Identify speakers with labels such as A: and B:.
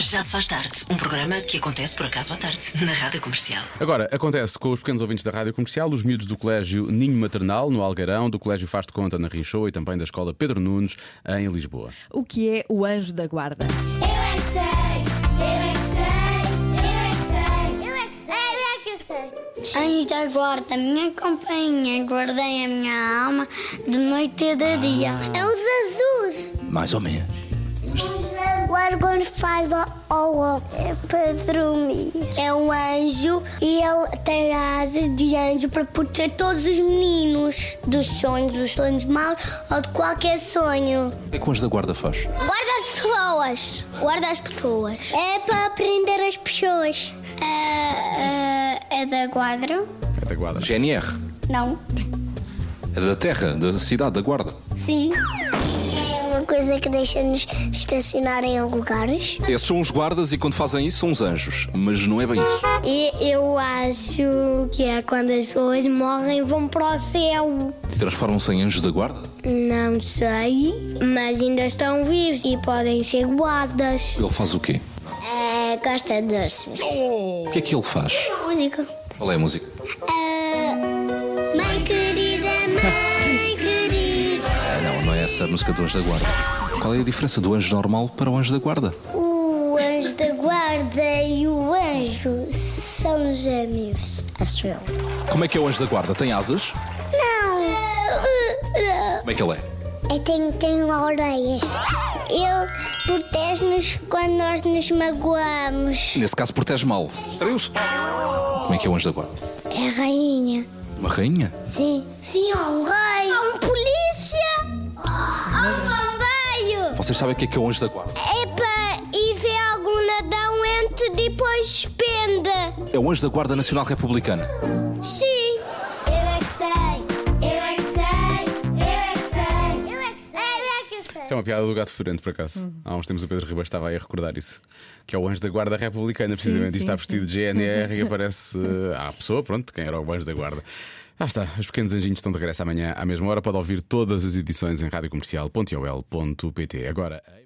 A: Já se faz tarde. Um programa que acontece por acaso à tarde, na rádio comercial.
B: Agora, acontece com os pequenos ouvintes da Rádio Comercial, os miúdos do Colégio Ninho Maternal, no Algarão, do Colégio Faz de Conta, na Rinchou e também da Escola Pedro Nunes, em Lisboa.
C: O que é o anjo da guarda?
D: Eu é que sei, eu é que sei, eu é que sei, eu é que sei, eu é que sei. Anjos da guarda, minha companhia, guardei a minha alma de noite e de dia. É os azuis.
E: Mais ou menos.
D: O argon faz olá. É para dormir. É um anjo e ele tem asas de anjo para proteger todos os meninos dos sonhos, dos sonhos maus ou de qualquer sonho.
E: O que é que o anjo da guarda faz?
D: Guarda as pessoas. Guarda as pessoas. É para aprender as pessoas. É, da guarda?
B: É da guarda.
E: GNR.
D: Não.
E: É da terra, da cidade, da guarda.
D: Sim. É uma coisa que deixa-nos estacionar em lugares.
E: Esses são os guardas e quando fazem isso são os anjos. Mas não é bem isso.
D: E eu acho que é quando as pessoas morrem vão para o céu.
E: E transformam-se em anjos da guarda?
D: Não sei, mas ainda estão vivos e podem ser guardas.
E: Ele faz o quê?
D: É, gosta de doces.
E: O que é que ele faz?
D: Música.
E: Qual é a música?
D: Ah, mãe querida, mãe querida.
E: Ah, não, não é essa a música do anjo da guarda. Qual é a diferença do anjo normal para o anjo da guarda?
D: O anjo da guarda e o anjo são gêmeos. Acho eu.
E: Como é que é o anjo da guarda? Tem asas?
D: Não. Não.
E: Como é que ele é?
D: Eu tenho, tenho orelhas. Ele protege-nos quando nós nos magoamos.
E: Nesse caso protege mal. Distraiu-se. Como é que é o anjo da guarda?
D: É rainha.
E: Uma rainha?
D: Sim. Sim, há um rei. Há um polícia. Há um bombeiro.
E: Vocês sabem o que é que é o anjo da guarda?
D: É para ir ver algum nadão entre depois pende.
E: É o anjo da guarda nacional republicana.
D: Sim. Eu é que sei. Eu é que sei. Eu é que sei. Eu é que sei. Eu é que sei.
B: Isso é uma piada do gato fedorento, por acaso. Há uns tempos o Pedro Ribeiro estava aí a recordar isso. Que é o anjo da guarda republicana, precisamente.
C: sim,
B: e está vestido de GNR e aparece eh, à pessoa, pronto, quem era o anjo da guarda. Ah está, os pequenos anjinhos estão de regresso amanhã à mesma hora. Pode ouvir todas as edições em radiocomercial.ol.pt. Agora.